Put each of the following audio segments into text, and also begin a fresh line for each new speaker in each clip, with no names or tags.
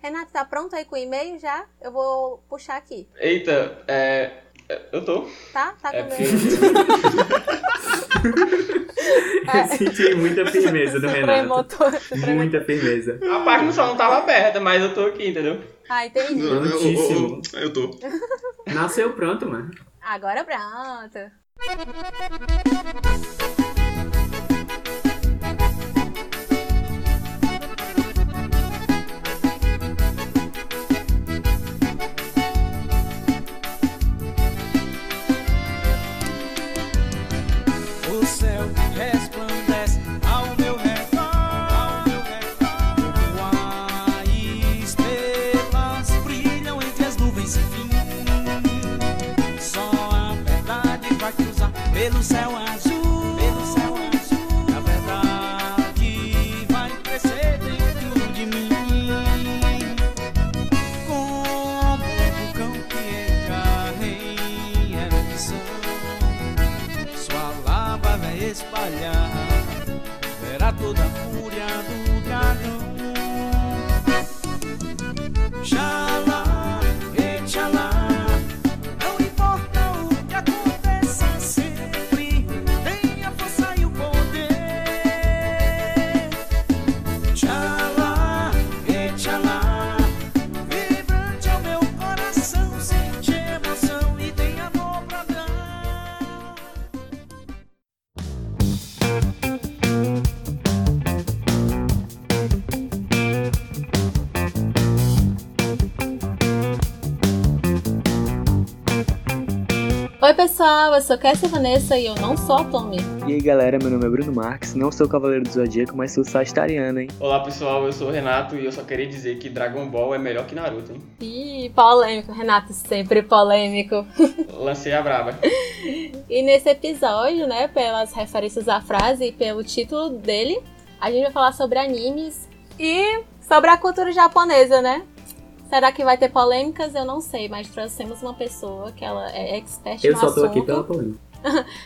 Renato, tá pronto aí com o e-mail já? Eu vou puxar aqui.
Eita, é. é, Eu tô.
Tá? Tá com
É
o
porque.
e-mail?
Eu senti muita firmeza do
Você
Renato.
tremotou, você tremotou.
Muita firmeza.
A página só não tava aberta, mas eu tô aqui, entendeu?
Ah, entendi.
Não, Prontíssimo.
eu, eu, eu tô.
Nasceu pronto, mano.
Agora pronto.
O céu resplandece ao meu redor. Ao meu redor. E estrelas brilham entre as nuvens sem fim. Só a verdade vai cruzar pelo céu azul. Pelo céu azul. A verdade vai crescer dentro de mim. Como um vulcão que entra em erupção. Sua lava vai espalhar Verá toda a fúria do dragão Xalá, exalá Não importa o que aconteça Sempre tem a força e o poder Xalá, exalá Vibrante ao meu coração Sente emoção e tem amor pra dar
Oi, pessoal, eu sou Cassia Vanessa e eu não sou a Tommy.
E aí galera, meu nome é Bruno Marques, não sou Cavaleiro do Zodíaco, mas sou Sagitariano, hein?
Olá pessoal, eu sou o Renato e eu só queria dizer que Dragon Ball é melhor que Naruto, hein?
Ih, polêmico, Renato, sempre polêmico.
Lancei a braba.
E nesse episódio, né, pelas referências à frase e pelo título dele, a gente vai falar sobre animes e sobre a cultura japonesa, né? Será que vai ter polêmicas? Eu não sei, mas trouxemos uma pessoa que ela é expert
Eu
no
só
assunto.
tô aqui pela polêmica.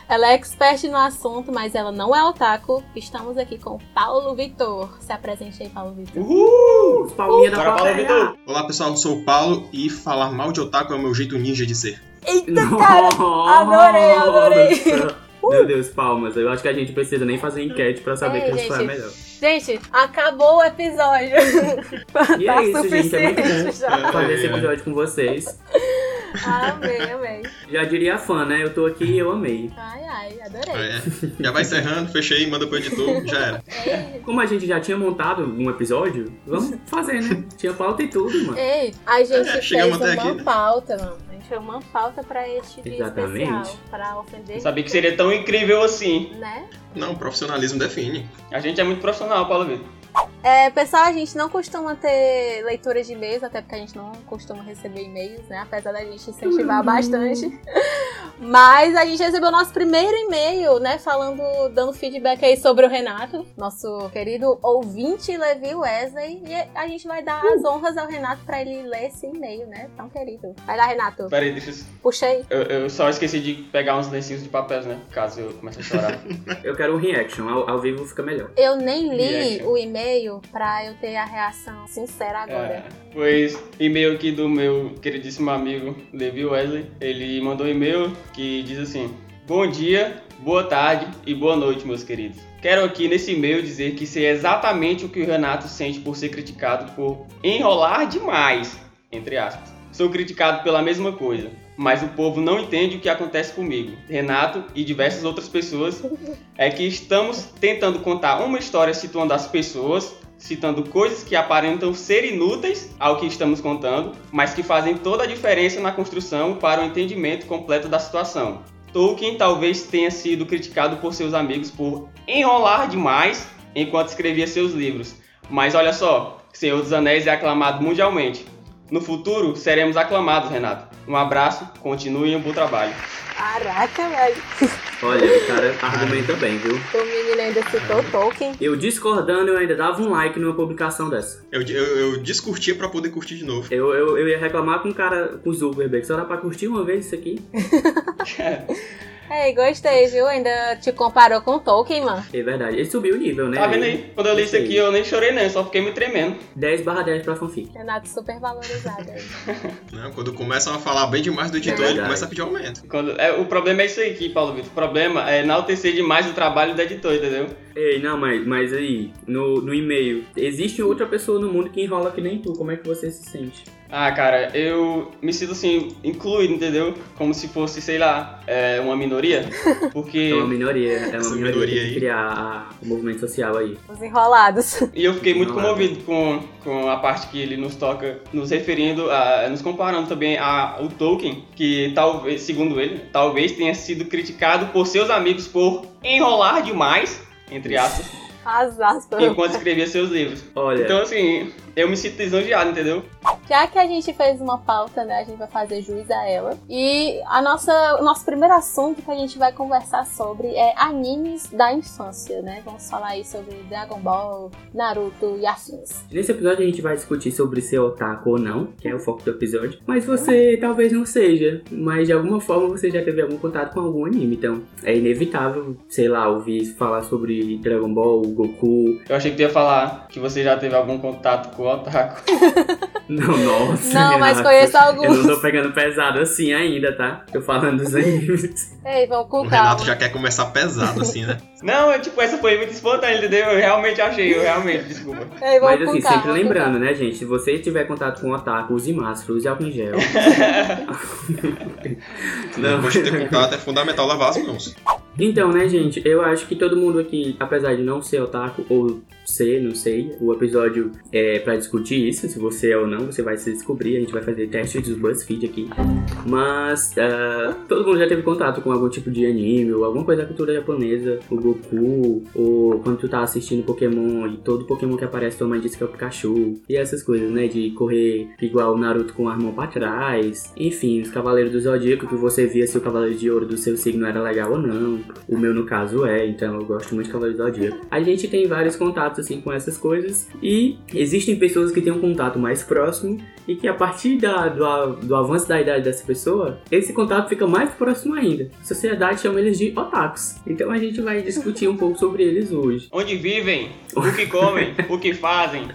Ela é expert no assunto, mas ela não é otaku. Estamos aqui com Paulo Vitor. Se apresente aí, Paulo Vitor.
Uhul!
Palminha da
Bora, Paulo Vitor!
Olá pessoal, eu sou o Paulo e falar mal de otaku é o meu jeito ninja de ser.
Eita, cara! adorei, adorei.
Meu Deus, palmas. Eu acho que a gente precisa nem fazer enquete pra saber
É,
quem
gente.
foi a melhor.
Gente, acabou o episódio.
E
tá
é isso, gente. É
suficiente
muito
já.
bom fazer esse episódio com vocês.
Amei, amei.
Já diria fã, né? Eu tô aqui e eu amei.
Ai, ai, adorei.
É. Já vai encerrando, fechei, manda pro editor, já era.
Como a gente já tinha montado um episódio, vamos fazer, né? Tinha pauta e tudo, mano.
Ei, a gente
É,
fez
chegamos
uma
até aqui, né?
pauta, mano. A gente fez uma pauta pra este dia
Exatamente.
especial. Pra ofender,
Não sabia que seria tão incrível assim.
né?
Não, profissionalismo define.
A gente é muito profissional, Paulo Vitor.
É, pessoal, a gente não costuma ter leitura de e-mails, até porque a gente não costuma receber e-mails, né? Apesar da gente incentivar bastante. Mas a gente recebeu nosso primeiro e-mail, né? Falando, dando feedback aí sobre o Renato, nosso querido ouvinte Levi Wesley. E a gente vai dar as honras ao Renato pra ele ler esse e-mail, né? Tão querido. Vai lá, Renato.
Peraí, deixa eu...
Puxa aí.
Eu, eu só esqueci de pegar uns lencinhos de papel, né? Caso eu comece a chorar.
Eu quero um reaction. Ao, ao vivo fica melhor.
Eu nem li
Reaction.
o e-mail pra eu ter a reação sincera agora.
É, pois e-mail aqui do meu queridíssimo amigo Levi Wesley. Ele mandou um e-mail que diz assim: Bom dia, boa tarde e boa noite, meus queridos. Quero aqui nesse e-mail dizer que sei exatamente o que o Renato sente por ser criticado por enrolar demais, entre aspas. Sou criticado pela mesma coisa, mas o povo não entende o que acontece comigo, Renato e diversas outras pessoas. É que estamos tentando contar uma história situando as pessoas, citando coisas que aparentam ser inúteis ao que estamos contando, mas que fazem toda a diferença na construção para o entendimento completo da situação. Tolkien talvez tenha sido criticado por seus amigos por enrolar demais enquanto escrevia seus livros. Mas olha só, Senhor dos Anéis é aclamado mundialmente. No futuro seremos aclamados, Renato. Um abraço, continuem o bom trabalho.
Caraca, velho.
Olha, o cara argumenta bem, viu?
O menino ainda citou Tolkien.
Eu discordando, eu ainda dava um like numa publicação dessa.
Eu, eu, eu descurtia pra poder curtir de novo.
Eu, eu, um eu ia reclamar com o cara, com o Zuckerberg. Só dá pra curtir uma vez isso aqui.
Ei, gostei, viu? Ainda te comparou com o Tolkien, mano.
É verdade. Ele subiu o nível, né?
Tá vendo aí? Quando eu li isso aqui, eu nem chorei, não. Eu só fiquei me tremendo.
10 barra 10 pra fanfic.
Renato super valorizado aí.
Não, né? quando começam a falar bem demais do editor, ele
É verdade.
começa a pedir aumento.
Quando, é, o problema é isso aqui, Paulo Vitor. O problema é enaltecer demais o trabalho do editor, entendeu?
Ei, não, mas, mas aí, no, no e-mail, existe outra pessoa no mundo que enrola que nem tu. Como é que você se sente?
Ah, cara, eu me sinto assim, incluído, entendeu? Como se fosse, sei lá, é, uma minoria. Porque.
É uma minoria, é uma
Essa
minoria,
minoria
tem que
aí.
criar a- o movimento social aí.
Os enrolados.
E eu fiquei muito
Não,
comovido com, com a parte que ele nos toca, nos referindo, a, nos comparando também a- ao Tolkien, que talvez, segundo ele, talvez tenha sido criticado por seus amigos por enrolar demais, entre aspas,
As aspas.
enquanto escrevia seus livros.
Olha,
Então, assim, eu me sinto lisonjeado, entendeu?
Já que a gente fez uma pauta, né, a gente vai fazer juiz a ela. E a nossa, o nosso primeiro assunto que a gente vai conversar sobre é animes da infância, né? Vamos falar aí sobre Dragon Ball, Naruto e afins.
Nesse episódio a gente vai discutir sobre ser otaku ou não, que é o foco do episódio. Mas
Uhum.
você talvez não seja, mas de alguma forma você já teve algum contato com algum anime, então é inevitável, sei lá, ouvir falar sobre Dragon Ball, Goku.
Eu achei que tu ia falar que você já teve algum contato com o Otaku.
Não, nossa.
Não, mas
Renato,
conheço
Eu não
alguns.
tô pegando pesado assim ainda, tá? Tô falando dos animes.
Ei, vamos
O
com
Renato
calma.
já quer começar pesado, assim, né?
Não, eu, tipo, essa foi muito espontânea, entendeu? Eu realmente achei, eu realmente, desculpa.
Ei, vamos
Mas assim,
com calma.
sempre lembrando, né, gente? Se você tiver contato com otaku, use máscara, use álcool em gel.
Depois de ter contato, é fundamental lavar as mãos.
Então, né, gente, eu acho que todo mundo aqui, apesar de não ser otaku ou ser, não sei, o episódio é pra discutir isso, se você é ou não, você vai se descobrir, a gente vai fazer teste dos BuzzFeed aqui. Mas ah, todo mundo já teve contato com algum tipo de anime, ou alguma coisa da cultura japonesa, o Goku, ou quando tu tá assistindo Pokémon e todo Pokémon que aparece tua mãe diz que é o Pikachu, e essas coisas, né, de correr igual o Naruto com a mão pra trás, enfim, os Cavaleiros do Zodíaco, que você via se o Cavaleiro de Ouro do seu signo era legal ou não, o meu, no caso, é, então eu gosto muito de Cavaleiros do Zodíaco. A gente tem vários contatos, assim, com essas coisas. E existem pessoas que têm um contato mais próximo e que a partir da- do, a- do avanço da idade dessa pessoa, esse contato fica mais próximo ainda. A sociedade chama eles de otakus. Então a gente vai discutir um pouco sobre eles hoje.
Onde vivem, o que comem, o que fazem.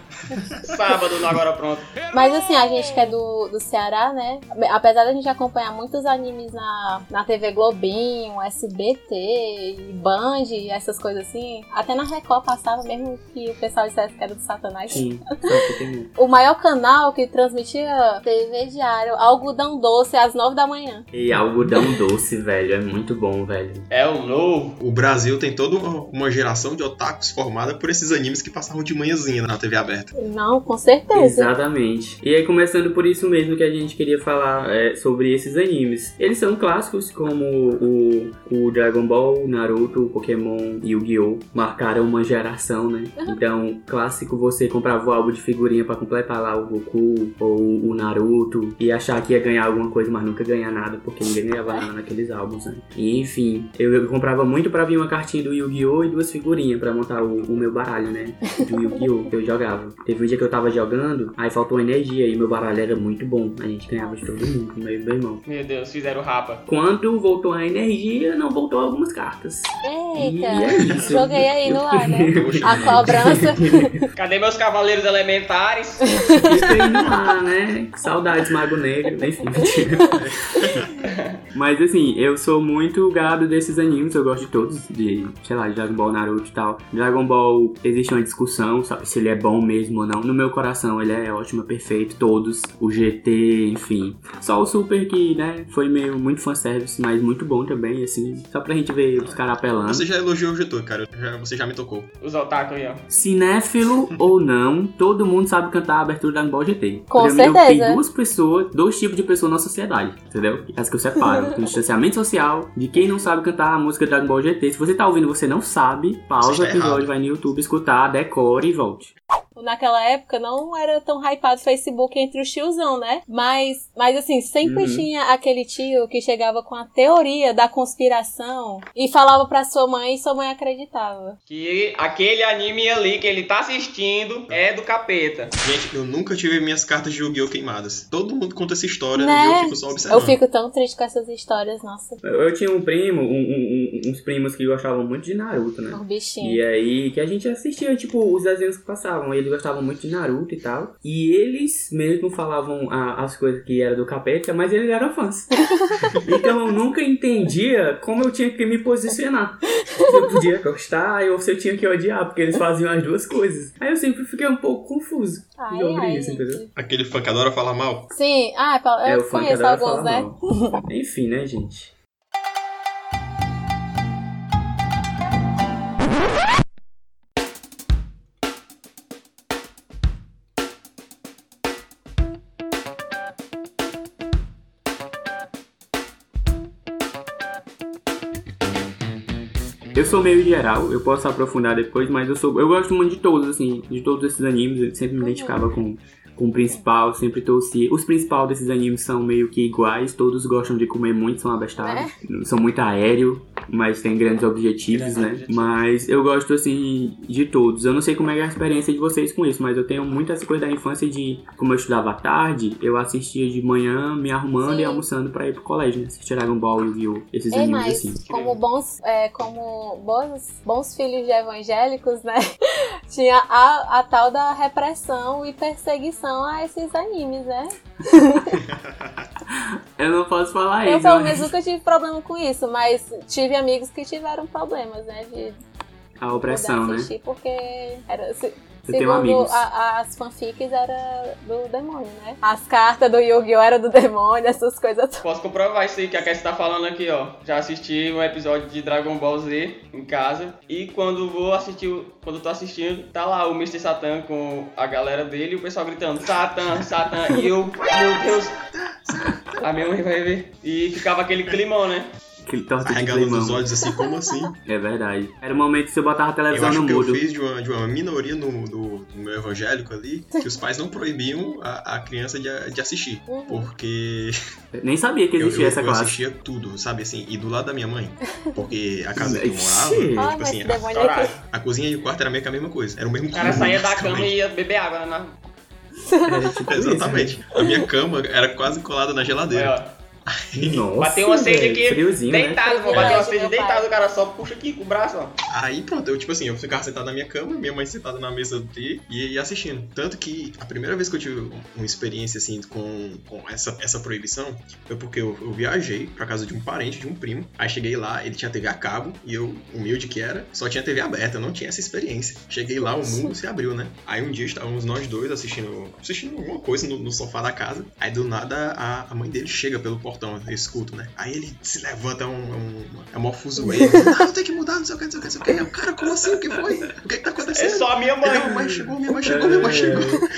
Sábado no Agora Pronto.
Mas assim, a gente que é do, do Ceará, né? Apesar da gente acompanhar muitos animes na, na TV Globinho, SBT, e Band, e essas coisas assim, até na Record passava, mesmo que o pessoal dissesse que era do Satanás.
Sim, só um pouquinho.
O maior canal que transmitia TV diário, algodão doce, às 9 da manhã.
E algodão doce, velho, é muito bom, velho.
É o novo.
O Brasil tem toda uma geração de otakus formada por esses animes que passavam de manhãzinha na TV aberta.
Não, com certeza.
Exatamente. E aí, começando por isso mesmo que a gente queria falar é, sobre esses animes. Eles são clássicos como o, o Dragon Ball, Naruto, Pokémon e Yu-Gi-Oh! Marcaram uma geração, né? Então, clássico você comprava o álbum de figurinha pra completar lá o Goku ou o Naruto e achar que ia ganhar alguma coisa, mas nunca ganhar nada, porque ninguém ganhava nada naqueles álbuns, né? E, enfim, eu, eu comprava muito pra vir uma cartinha do Yu-Gi-Oh! e duas figurinhas pra montar o- o meu baralho, né? do Yu-Gi-Oh! que eu jogava. Teve um dia que eu tava jogando, aí faltou energia e meu baralho era muito bom. A gente ganhava de todo mundo, meu e meu irmão.
Meu Deus, fizeram rapa.
Quando voltou a energia, não voltou algumas cartas. E
Eita.
é isso.
Joguei aí no ar, né?
Poxa,
A cobrança.
Cadê meus cavaleiros elementares?
Isso aí não há, né? Saudades, Mago Negro. Enfim, mentira. Mas assim, eu sou muito gado desses animes, eu gosto de todos, de, sei lá, de Dragon Ball, Naruto e tal. Dragon Ball, existe uma discussão, sabe, se ele é bom mesmo ou não. No meu coração, ele é ótimo, é perfeito, todos. O GT, enfim. Só o Super que, né, foi meio muito fanservice, mas muito bom também, assim. Só pra gente ver os caras apelando.
Você já elogiou o Getúlio, cara. Já- você já me tocou.
Os otaku aí, ó.
Cinéfilo ou não, todo mundo sabe cantar a abertura do Dragon Ball GT.
Com
Pra mim, Eu
certeza.
tenho duas pessoas, dois tipos de pessoas na sociedade, entendeu? As que eu separo. Tem o distanciamento social de quem não sabe cantar a música do Dragon Ball GT. Se você tá ouvindo e você não sabe, pausa
Você
o
está
episódio,
errado.
vai no YouTube escutar, decore e volte.
Naquela época não era tão hypado o Facebook entre os tiozão, né? Mas, mas assim, sempre
Uhum.
tinha aquele tio que chegava com a teoria da conspiração e falava pra sua mãe e sua mãe acreditava.
Que aquele anime ali que ele tá assistindo é do capeta.
Gente, eu nunca tive minhas cartas de Yu-Gi-Oh! queimadas. Todo mundo conta essa história
Né?
e eu fico só
Eu
Tá.
observando.
fico tão triste com essas histórias, nossa.
Eu eu tinha um primo, um- um- um- uns primos que gostavam muito de Naruto, né?
Um bichinho.
E aí, que a gente assistia, tipo, os desenhos que passavam. Eles gostavam muito de Naruto e tal. E eles mesmo falavam a- as coisas que era do capeta, mas eles eram fãs. então eu nunca entendia como eu tinha que me posicionar. Se eu podia gostar ou se eu tinha que odiar, porque eles faziam as duas coisas. Aí eu sempre fiquei um pouco confuso.
Ai,
sobre
ai,
isso,
gente.
entendeu?
Aquele fã que adora falar mal.
Sim, ah, eu,
É, o fã que
conheço
adora
alguns,
falar
né?
mal. Enfim, né, gente? Eu sou meio geral, eu posso aprofundar depois, mas eu sou. Eu gosto muito de todos, assim, de todos esses animes, eu sempre me
Uhum.
identificava com, com o principal, sempre torci. Os principais desses animes são meio que iguais, todos gostam de comer muito, são abestados,
É.
são muito aéreo, mas tem grandes objetivos,
Grandes
né?
objetivos.
Mas eu gosto assim de todos. Eu não sei como é a experiência de vocês com isso, mas eu tenho muita essa coisa da infância de como eu estudava à tarde, eu assistia de manhã, me arrumando
Sim.
e almoçando pra ir pro colégio, né? Assistir Dragon Ball e Yu-Gi-Oh! esses
É,
animes
mas
assim.
como bons, é, como bons, bons filhos de evangélicos, né? Tinha a, a tal da repressão e perseguição a esses animes, né?
Eu não posso falar
Eu,
isso.
pelo
mas-
menos, nunca tive problema com isso, mas tive amigos que tiveram problemas, né? De
A opressão,
poder
né?
assistir, porque era, se-
Eu tenho
segundo
amigos.
a- as fanfics, era do demônio, né? As cartas do Yu-Gi-Oh! era do demônio, essas coisas todas.
Posso comprovar isso aí que a Cassie tá falando aqui, ó. Já assisti um episódio de Dragon Ball Z em casa. E quando vou assistir, o- quando tô assistindo, tá lá o Mr. Satan com a galera dele e o pessoal gritando: Satan, Satan, e eu, meu Deus. A minha mãe vai ver. E ficava aquele climão, né?
Aquele torta de
Arregalando os
limão.
olhos assim, como assim?
É verdade. Era o momento que você botava a
Eu
televisão
acho
no
que eu
mudo.
fiz de uma, de uma minoria no, do, do meu evangélico ali, que os pais não proibiam a, a criança de, a- de assistir. Porque
Nem sabia que
eu,
existia
eu,
essa
eu
classe.
assistia tudo, sabe assim? E do lado da minha mãe. Porque a casa que eu morava,
Ixi.
tipo
Ai, mas é
assim,
esse demônio
a,
aqui.
a cozinha e o quarto era meio que a mesma coisa. Era o mesmo
O cara
cômodo,
saía da
basicamente.
cama e ia beber água né? na.
Era tipo isso,
Exatamente. A minha cama era quase colada na
Aí,
geladeira.
ó.
né? Nossa,
Bateu uma sede
velho,
aqui.
Friozinho, né?
Deitado, vou
Verdade,
bater uma sede
meu pai.
deitado, o cara só puxa aqui com o braço, ó.
Aí pronto, eu tipo assim, eu ficava sentado na minha cama, minha mãe sentada na mesa dele e, e assistindo. Tanto que a primeira vez que eu tive uma experiência assim com, com essa, essa proibição foi porque eu, eu viajei pra casa de um parente, de um primo. Aí cheguei lá, ele tinha TV a cabo e eu, humilde que era, só tinha TV aberta, não tinha essa experiência. Cheguei lá, o mundo se abriu, né? Aí um dia estávamos nós dois assistindo, assistindo alguma coisa no, no sofá da casa. Aí do nada a, a mãe dele chega pelo portão, eu escuto, né? Aí ele se levanta, é um, é um, é mó fuzuê. Não, tem que mudar, não sei o que, não sei o que, não sei o que. Aí eu, Cara, como assim? O que foi? O que, que tá
É
acontecendo?
só a minha mãe.
Minha mãe chegou, minha mãe chegou, minha mãe chegou. É.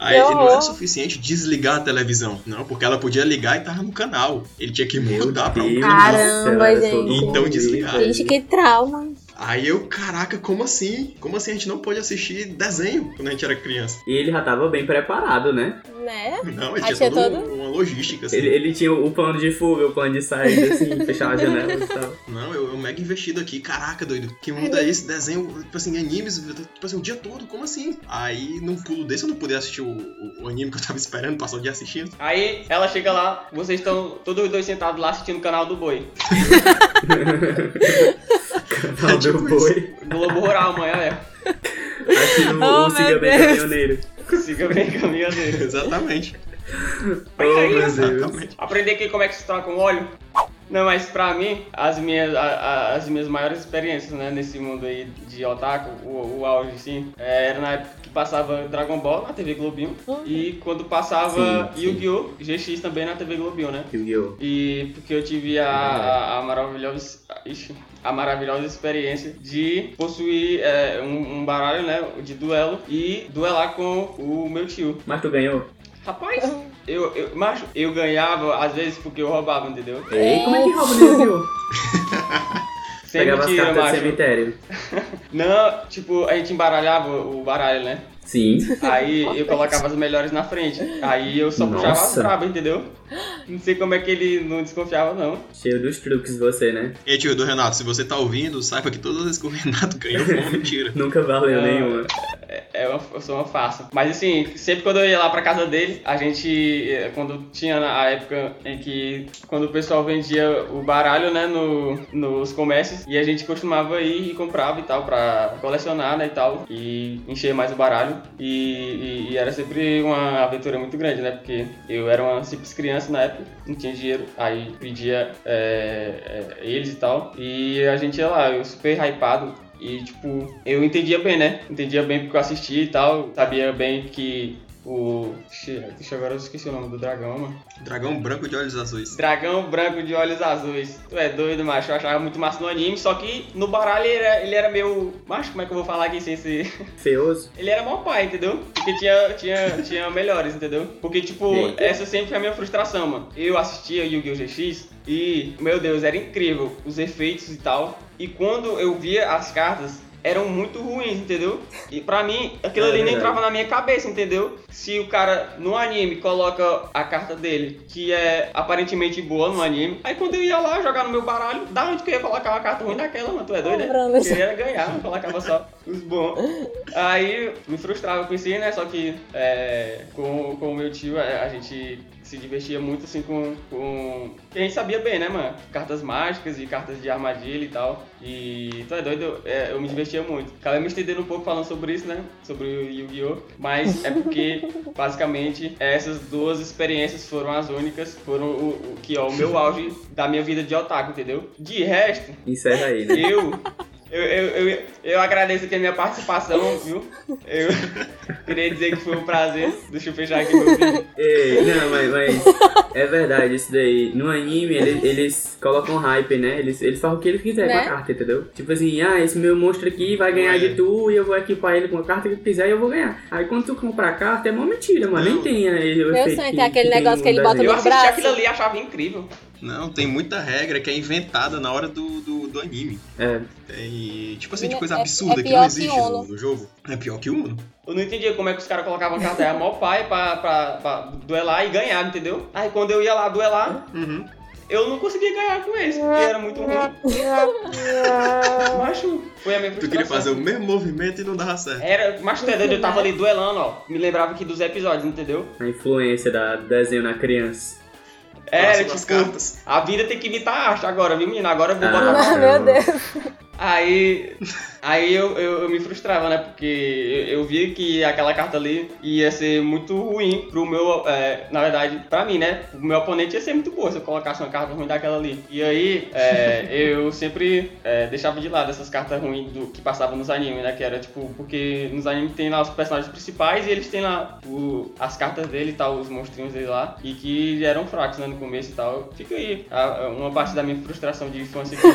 Aí
Que
ele não
horror.
era suficiente desligar a televisão. Não, porque ela podia ligar e tava no canal. Ele tinha que
Meu
mudar pra um
Deus
canal.
Caramba,
do céu, era todo
gente.
mundo
Então desligaram.
doido.
Gente, que trauma.
Aí eu, caraca, como assim? Como assim a gente não pode assistir desenho quando a gente era criança?
E ele já tava bem preparado, né?
Né?
Não, ele
Aí
tinha,
tinha
toda
todo-
uma logística, assim.
Ele, ele tinha o plano de fuga, o plano de saída, assim, fechar as janelas e tal.
Não, eu, eu mega investido aqui, caraca, doido. Que mundo é esse desenho, tipo assim, animes, tipo assim, o dia todo, como assim? Aí, num pulo desse, eu não podia assistir o, o- o anime que eu tava esperando, passar o dia assistindo.
Aí ela chega lá, vocês estão todos os dois sentados lá assistindo o canal do boi.
Canal
É tipo
do boi.
Globo Rural, amanhã, é.
Aqui no
Oh,
oh, Siga
meu
Bem
Deus.
Caminhoneiro.
Siga bem caminho dele.
Exatamente,
Oh, meu Deus.
exatamente.
é Aprender aqui como é que se troca um óleo. Não, mas pra mim, as minhas, a- a- as minhas maiores experiências né, nesse mundo aí de otaku, o, o auge, sim, é, era na época que passava Dragon Ball na TV Globinho e quando passava
Sim, sim.
Yu-Gi-Oh! GX também na TV Globinho, né?
Yu-Gi-Oh!
E porque eu
É
tive a, a, a maravilhosa, ixi, a maravilhosa experiência de possuir é, um, um baralho, né, de duelo e duelar com o meu tio.
Mas tu ganhou?
Rapaz, eu, eu, macho, eu ganhava às vezes porque eu roubava, entendeu?
Ei, como é que rouba no Yu-Gi-Oh?
Sem
Pegava as
mentira,
cartas do
macho.
cemitério.
Não, tipo, a gente embaralhava o baralho, né?
Sim.
Aí eu colocava as melhores na frente. Aí eu só puxava as
Nossa.
brabas, entendeu? Não sei como é que ele não desconfiava, não.
Cheio dos truques você, né?
E aí, tio do Renato, se você tá ouvindo, saiba que todas as vezes que o Renato ganhou foi uma mentira.
Nunca valeu
Não.
nenhuma.
É, uma- eu sou uma farsa. Mas assim, sempre quando eu ia lá pra casa dele, a gente. eh, Quando tinha na- a época em que. Quando o pessoal vendia o baralho, né, no, nos comércios, e a gente costumava ir e comprava e tal, pra colecionar, né, e tal, e encher mais o baralho. E, e- e era sempre uma aventura muito grande, né, porque eu era uma simples criança na época, não tinha dinheiro, aí pedia eh, eh, eles e tal, e a gente ia lá, eu super hypado. E, tipo, eu entendia bem, né? Entendia bem porque eu assisti e tal. Sabia bem que o. Ixi, Deixa agora eu esqueci o nome do dragão, mano.
Dragão branco de olhos azuis.
Dragão branco de olhos azuis. Tu é doido, macho. Eu achava muito massa no anime, só que no baralho ele era, ele era meio. Macho, como é que eu vou falar aqui sem ser.
Feoso.
Ele era mó pai, entendeu? Porque tinha, tinha, tinha melhores, entendeu? Porque, tipo,
Eita.
essa sempre foi a minha frustração, mano. Eu assistia Yu-Gi-Oh! GX e, meu Deus, era incrível os efeitos e tal. E quando eu via as cartas, eram muito ruins, entendeu? E pra mim, aquilo
É
ali nem
verdade.
entrava na minha cabeça, entendeu? Se o cara no anime coloca a carta dele, que é aparentemente boa no anime, aí quando eu ia lá jogar no meu baralho, da onde que eu ia colocar uma carta ruim daquela, mano? Tu é doido? né?
Lembrando.
Queria ganhar, não colocava só os bons. Aí me frustrava com isso, aí, né? Só que é, com, com o meu tio é, a gente se divertia muito assim com. com... Porque a gente sabia bem, né, mano? Cartas mágicas e cartas de armadilha e tal. E tu é doido, é, eu me divertia muito. Acabei me estendendo um pouco falando sobre isso, né? Sobre o Yu-Gi-Oh! Mas é porque, basicamente, essas duas experiências foram as únicas, foram o, o que é o meu auge da minha vida de otaku, entendeu? De resto,
Encerra aí, né?
eu, eu, eu, eu, eu agradeço aqui a minha participação, viu? Eu queria dizer que foi um prazer. Deixa eu fechar aqui meu vídeo.
Ei, não, mas, mas é verdade isso daí. No anime, eles, eles colocam hype, né? Eles, eles falam o que eles quiserem
Né?
com a carta, entendeu? Tipo assim, ah, esse meu monstro aqui vai ganhar
é.
de tu e eu vou equipar ele com a carta que tu quiser e eu vou ganhar. Aí quando tu comprar a carta, é mó mentira, mano. Nem
Não.
tem aí o
Meu
efeito
sonho é ter aquele negócio
no
que ele bota
Eu
desenho.
no-
assisti
braço.
aquilo ali e achava incrível.
Não, tem muita regra que é inventada na hora do, do, do anime.
É,
Tem, tipo assim, de
É-
coisa
é-
absurda
é
que
pior
não
que
existe
Uno.
no, no jogo. É pior que o Uno.
Eu não entendia como é que os caras colocavam a carta era mó pai pra, pra, pra duelar e ganhar, entendeu? Aí quando eu ia lá duelar,
Uhum.
eu não conseguia ganhar com eles, porque era muito ruim. Macho, foi a minha frustração.
Tu queria fazer o mesmo movimento e não dava certo.
Era, macho, tu é doido, eu tava ali duelando, ó. Me lembrava aqui dos episódios, entendeu?
a influência da do desenho na criança.
Era,
Próximas
tipo,
cartas.
a vida tem que imitar a arte agora, viu, menina? Agora eu vou
Ah,
botar pra
Ah, meu Deus.
Aí, aí eu, eu, eu me frustrava, né? Porque eu, eu via que aquela carta ali ia ser muito ruim pro meu. é, na verdade, pra mim, né? O meu oponente ia ser muito boa se eu colocasse uma carta ruim daquela ali. E aí, é, eu sempre é, deixava de lado essas cartas ruins do, que passavam nos animes, né? Que era tipo, porque nos animes tem lá os personagens principais e eles têm lá o- as cartas dele e tal, os monstrinhos dele lá, e que eram fracos, né? No começo e tal. Fica aí a- a- uma parte da minha frustração de infância aqui.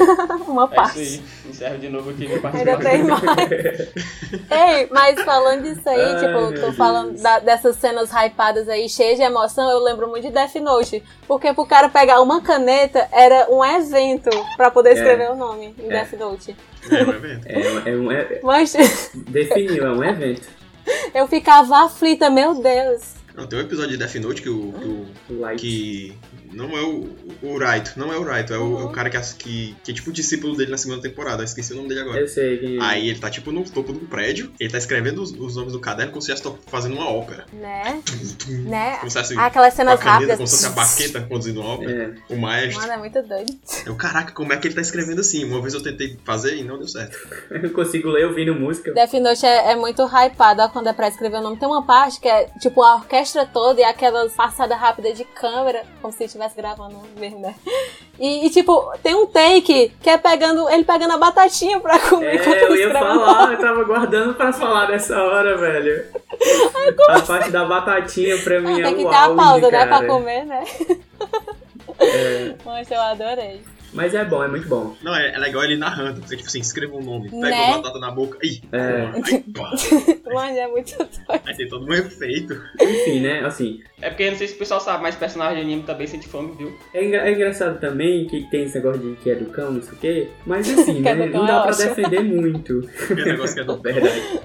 Uma
É
parte.
isso aí. Encerro de novo aqui minha
Ainda
participação.
tem mais. Ei, mas falando disso aí,
Ai,
tipo,
meu
tô
Deus.
falando da- dessas cenas hypadas aí, cheias de emoção, eu lembro muito de Death Note. Porque pro cara pegar uma caneta era um evento pra poder escrever o nome em
É.
Death Note.
É, um evento.
É, é um. É,
Mas
definiu, é um evento.
eu ficava aflita, meu Deus.
Não, tem um episódio de Death Note que o, que o
Like.
que não é o, o Raito, não é o Raito, é o,
Uhum.
é o cara que, as- que, que é tipo o discípulo dele na segunda temporada, eu esqueci o nome dele agora.
Eu sei é. que.
Aí ele tá tipo no topo do prédio, ele tá escrevendo os, os nomes do caderno como se já estivesse fazendo uma ópera.
Né?
Tum,
Uhum.
tum,
Né?
Como se fosse com
Aquelas
a
cenas
caneta,
rápidas.
como se fosse a baqueta conduzindo uma
É,
ópera, o maestro.
Mano, é muito doido.
Eu, caraca, como é que ele tá escrevendo assim? Uma vez eu tentei fazer e não deu certo.
eu consigo ler ouvindo música.
Death Note é, é muito hypado ó, quando é pra escrever o nome. Tem uma parte que é tipo a orquestra toda e aquelas passadas rápidas de câmera, como se estivesse gravando mesmo, né? E, e, tipo, tem um take que é pegando ele pegando a batatinha pra comer enquanto
É, eu
ele
ia
escreve o
falar, eu tava guardando pra falar nessa hora, velho. a parte da batatinha pra mim é
assim? Tem que
o
ter a
auge,
pausa, né?
cara. É,
Pra comer, né? Mas eu adorei.
Mas é bom, é muito bom.
Não, é, é legal ele narrando, porque tipo assim, escreva um nome, pega
Né?
uma batata na boca, aí,
É.
aí, pá,
Mano, é muito doido.
aí tem todo um efeito.
Enfim, né? Assim,
É porque eu não sei se o pessoal sabe, mas personagem de anime também sente fome, viu?
é, engra- é engraçado também que tem esse negócio de que é do cão, não sei o quê. Mas assim,
Que é
né?
do cão
Não dá
é
pra
ótimo.
um
defender muito.
Aquele negócio que é do
Verdade.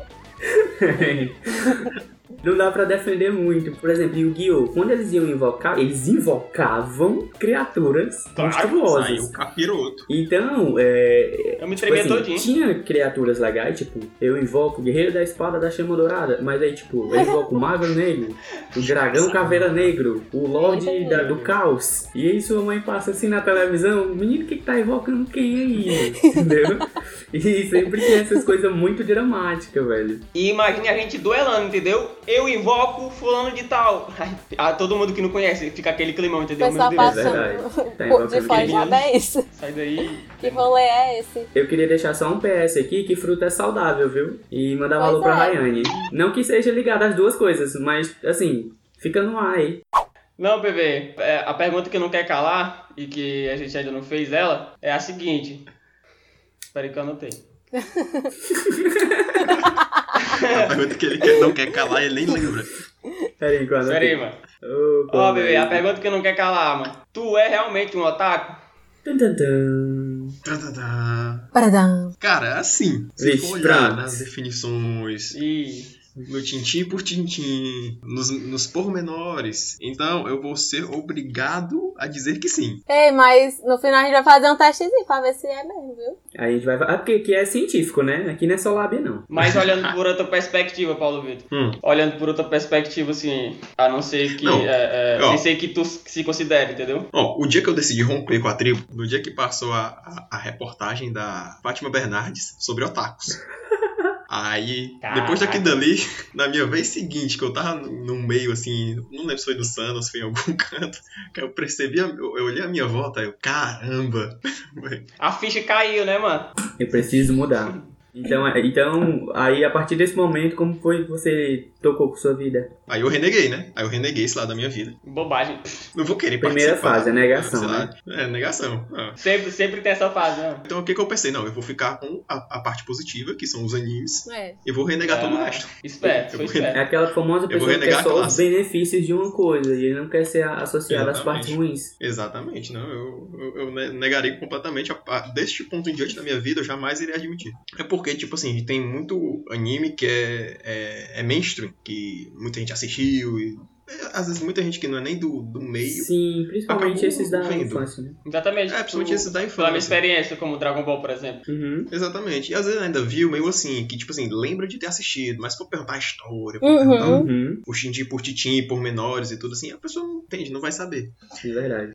Não dá pra defender muito. Por exemplo, Yu-Gi-Oh! Quando eles iam invocar, eles invocavam criaturas
Saiu
monstruosas.
capiroto.
Então, é,
Eu me
Tipo
tremia
assim,
todinho.
tinha criaturas legais, tipo, eu invoco o guerreiro da espada da chama dourada, mas aí, tipo, eu invoco o mago negro, o dragão caveira negro, o lorde da- do caos, e aí sua mãe passa assim na televisão, menino, que que tá invocando quem aí, entendeu? E sempre tem essas coisas muito dramáticas, velho.
E imagine a gente duelando, entendeu? Eu invoco fulano de tal. Ah, todo mundo que não conhece, fica aquele climão,
O
entendeu? Meu
pessoal
Deus,
passando
é Tá
por- de
invocando
fora
quem?
já é isso.
sai daí.
Que rolê é esse?
Eu queria deixar só um PS aqui, que fruta é saudável, viu? E mandar valor
Pois
pra
é.
Rayane. Não que seja ligada às duas coisas, mas, assim, fica no ar aí.
Não, bebê, é, a pergunta que não quer calar e que a gente ainda não fez ela é a seguinte. Peraí que eu anotei.
A pergunta que ele quer- não quer calar, ele nem lembra.
Peraí, que eu anotei.
Pera aí, mano.
Ô,
Ó,
como
bebê,
é?
a pergunta que não quer calar, mano. Tu é realmente um otaku?
Tum, tum, tum.
Tá, tá, tá.
Paradão.
Cara, assim, se
Vixe,
for olhar
Franz.
nas definições
E
no tintim por tintim, nos, nos pormenores, então eu vou ser obrigado a dizer que sim.
Ei, mas no final a gente vai fazer um testezinho pra ver se é mesmo, viu?
Aí a gente vai. Ah, porque aqui é científico, né? Aqui não é só lábia, não.
mas olhando por outra perspectiva, Paulo Vitor.
Hum.
Olhando por outra perspectiva, assim, a não ser que.
Não.
É, é,
Ó.
sem ser que tu se considere, entendeu?
Ó, o dia que eu decidi romper com a tribo, no dia que passou a, a, a reportagem da Fátima Bernardes sobre otakus. Aí,
Caraca.
depois daquilo dali, na minha vez seguinte, que eu tava no no meio, assim, não lembro se foi do Santos, se foi em algum canto, que eu percebi, a- eu, eu olhei a minha volta, eu, caramba!
A ficha caiu, né, mano?
Eu preciso mudar. Então, é- então, aí a partir desse momento, como foi que você tocou com sua vida?
Aí eu reneguei, né? Aí eu reneguei isso lá da minha vida.
Bobagem.
Não vou querer
Primeira
participar.
fase, a negação, né?
Sei lá. É, negação. Ah.
Sempre, sempre tem essa fase, né?
Então o que que eu pensei? Não, eu vou ficar com a, a parte positiva, que são os animes,
É.
e vou renegar todo o
Ah.
resto.
Esperto, foi
Eu-
É
esperto.
aquela famosa
vou
pessoa que
renegar
quer só
a
os
classe.
benefícios de uma coisa e ele não quer ser associado às partes
Exatamente.
ruins.
Exatamente, não. Eu, eu, eu ne- negarei completamente. A, a- deste ponto em diante da minha vida, eu jamais irei admitir. É porque, tipo assim, tem muito anime que é, é, é mainstream, que muita gente assistiu, e é, às vezes muita gente que não é nem do, do meio.
Sim, principalmente
Acabou
esses da
vendo.
infância, né?
Exatamente.
É, principalmente
Tu-
esse da
Pela minha
infância.
experiência, como Dragon Ball, por exemplo.
Uhum.
Exatamente. E às vezes ainda viu meio assim, que, tipo assim, lembra de ter assistido, mas for perguntar a história, for
Uhum.
perguntar
Uhum.
por tintim por titim, por menores e tudo assim, a pessoa não entende, não vai saber.
De verdade.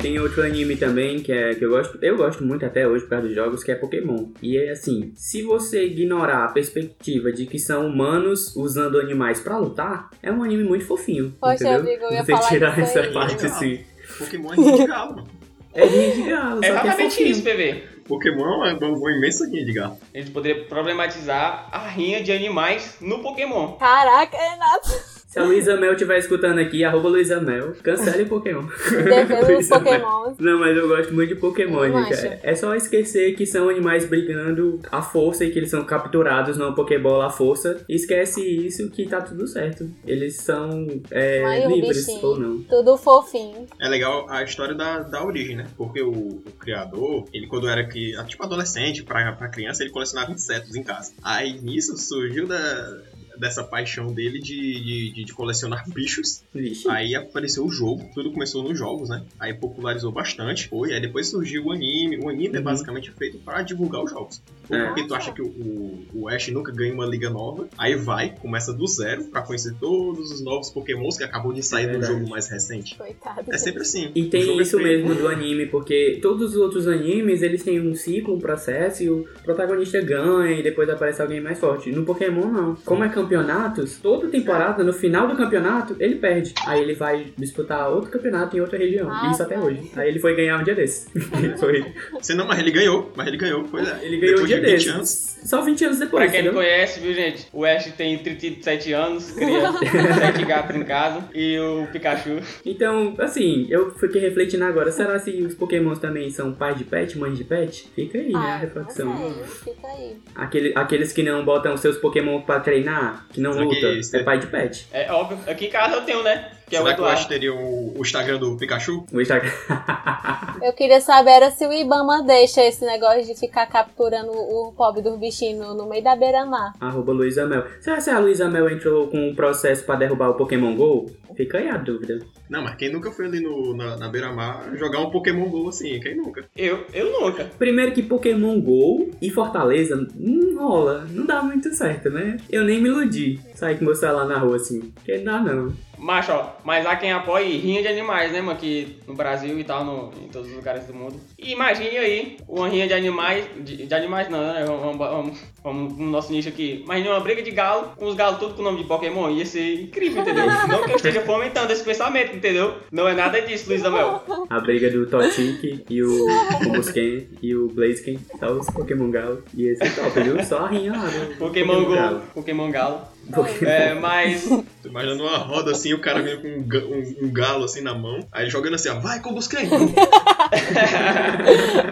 Tem outro anime também que, é, que eu gosto, eu gosto muito até hoje por causa dos jogos, que é Pokémon. E é assim, se você ignorar a perspectiva de que são humanos usando animais pra lutar, é um anime muito fofinho.
Poxa,
entendeu?
amigo, eu ia
você
falar
tirar
disso
essa
aí.
parte assim.
Pokémon é rinha de galo, mano.
É de galo,
É
só que é
exatamente
fofinho.
isso, bebê.
Pokémon é uma, uma imensa rinha de galo.
A gente poderia problematizar a rinha de animais no Pokémon.
Caraca, é Renato.
Se a Luísa Mel estiver escutando aqui, arroba Luísa Mel, cancele o Pokémon.
Defesa dos
Pois é,
né?
Pokémons.
Não, mas eu gosto muito de Pokémon,
Eu
gente.
acho.
É- É só esquecer que são animais brigando à força e que eles são capturados numa Pokébola à força. Esquece isso que tá tudo certo. Eles são é,
Mas o
livres
bichinho.
ou não.
Tudo fofinho.
É legal a história da, da origem, né? Porque o, o criador, ele quando era cri- tipo adolescente, pra, pra criança, ele colecionava insetos em casa. Aí nisso surgiu da, dessa paixão dele de, de- de, de colecionar bichos.
Vixe.
Aí apareceu o jogo, tudo começou nos jogos, né? Aí popularizou bastante. Foi, aí depois surgiu o anime. O anime é
Uhum.
basicamente feito pra divulgar os jogos.
É.
Porque tu acha que o, o- o Ash nunca ganha uma liga nova, aí vai, começa do zero pra conhecer todos os novos pokémons que acabou de sair no
É verdade.
jogo mais recente.
Coitado.
É sempre assim.
E
O jogo
tem
é
isso
feito-
mesmo do anime, porque todos os outros animes, eles têm um ciclo, um processo, e o protagonista ganha e depois aparece alguém mais forte. No Pokémon, não. Como é campeonatos, toda temporada, no final do campeonato, ele perde. Aí ele vai disputar outro campeonato em outra região.
Ah,
isso até
tá.
hoje. Aí ele foi ganhar um dia desse. Ele foi-
Você não, mas ele ganhou, mas ele ganhou, pois é.
ele ganhou um
Depois
dia
de 20
desse.
anos.
Só 20 anos depois,
Pra quem não
entendeu?
conhece, viu, gente? O Ash tem 37 anos, cria 7 gatos em casa. E o Pikachu.
Então, assim, eu fiquei refletindo agora. Será se os Pokémons também são pais de pet, mães de pet? Fica aí, né, a
Ah,
reflexão.
não sei, fica aí.
Aquele, aqueles que não botam seus Pokémon pra treinar, Ah, que não
Será que
luta.
esse
é
é-
pai de pet.
É óbvio. Aqui em casa eu tenho, né? Que é o
Será que o Ash
Eduardo.
teria o, o Instagram do Pikachu?
O Instagram.
Eu queria saber era se o Ibama deixa esse negócio de ficar capturando o pobre dos bichinhos no- no meio da beira-mar.
Arroba Luísa Mel. Será que a Luísa Mel entrou com um processo pra derrubar o Pokémon GO? Fica aí a dúvida.
Não, mas quem nunca foi ali no, na, na beira-mar jogar um Pokémon GO assim? Quem nunca?
Eu, eu nunca.
Primeiro que Pokémon GO e Fortaleza não rola. Não dá muito certo, né? Eu nem me iludi. Sair com meu celular na rua assim. Que não dá não.
Macho, ó, mas há quem apoia e rinha de animais, né, mano? Aqui no Brasil e tal, no, em todos os lugares do mundo. E Imagine aí uma rinha de animais. De, de animais não, né? Vamos, vamos, vamos, vamos no nosso nicho aqui. Imagine uma briga de galo, com os galos tudo com o nome de Pokémon. Ia ser incrível, entendeu? não que eu esteja fomentando esse pensamento, entendeu? Não é nada disso, Luiz Amel.
A briga do Totique e o Combusken e o Blaziken. Tá os Pokémon Galo. E esse é top, viu? Só a rinha lá. do
Pokémon Go,
Galo.
Pokémon Galo.
Pokémon-
É, mas.
Tô imaginando uma roda assim, o cara vindo com um, ga- um- um galo assim na mão, aí jogando assim, ó, vai com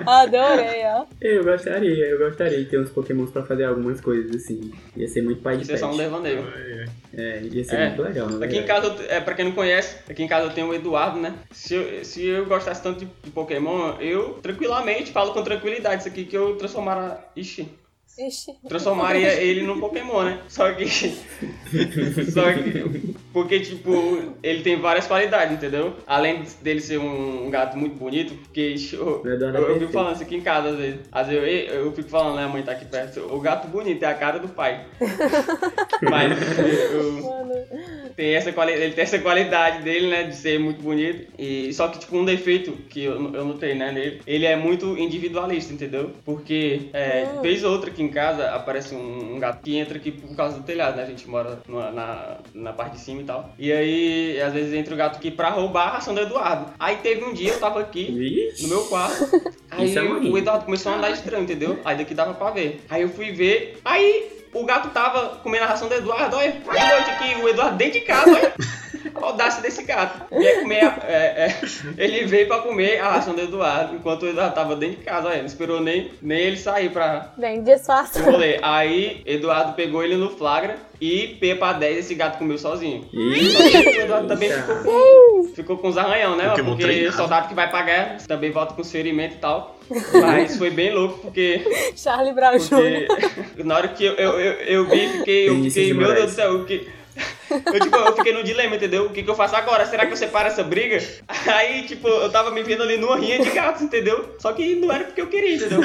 Adorei, ó.
É, Eu gostaria, eu gostaria de ter uns Pokémons pra fazer algumas coisas assim. Ia ser muito pai de
Isso é
pet.
só um devaneio.
É, ia ser
É.
muito legal, na
Aqui em
verdade.
casa, eu te- é, pra quem não conhece, aqui em casa eu tenho o Eduardo, né? Se eu, se eu gostasse tanto de, de Pokémon, eu tranquilamente, falo com tranquilidade isso aqui, que eu transformara. Ixi,
Ixi.
transformaria ele num Pokémon, né? Só que. Só que. Porque, tipo, ele tem várias qualidades, entendeu? Além dele ser um, um gato muito bonito, porque eu,
O Eduardo é
eu, eu fico
perfeito.
falando isso aqui em casa às vezes. Às vezes eu, eu fico falando, né? A mãe tá aqui perto. O gato bonito é a cara do pai. Mas eu,
Mano.
tem essa quali- ele tem essa qualidade dele, né, de ser muito bonito. E só que tipo um defeito que eu, eu notei, né, nele, ele é muito individualista, entendeu? Porque é,
Hum.
vez ou outra aqui em casa aparece um, um gato que entra aqui por causa do telhado, né? A gente mora numa- na, na parte de cima e tal. E aí às vezes entra o gato aqui pra roubar a ração do Eduardo. Aí teve um dia eu tava aqui
Vixe.
no meu quarto. Aí
Isso é bonito.
o Eduardo começou a andar estranho, entendeu? Aí daqui dava pra ver. Aí eu fui ver, aí o gato tava comendo a ração do Eduardo, olha, de noite aqui, o Eduardo dentro de casa, olha. A audácia desse gato. Ia comer a- é, é, ele veio pra comer a ração do Eduardo, enquanto o Eduardo tava dentro de casa, olha. Não esperou nem, nem ele sair pra,
Bem, disfarça.
pro rolê. Aí Eduardo pegou ele no flagra e P pra 10 esse gato comeu sozinho.
Ih,
Só que o Eduardo também
Eita.
ficou com, ficou com os arranhão, né? ó,
Pokémon
Porque
treinado.
o soldado que vai pra guerra também volta com os ferimentos e tal. Mas foi bem louco, porque.
Charlie Brown Jr.
porque na hora que eu, eu, eu, eu vi, fiquei. Eu
Vinícius né? de
fiquei, meu
Moraes.
Deus do céu, o que. Eu, tipo, eu fiquei no dilema, entendeu? O que, que eu faço agora? Será que eu separo essa briga? Aí, tipo, eu tava me vendo ali numa rinha de gatos, entendeu? Só que não era porque eu queria, entendeu?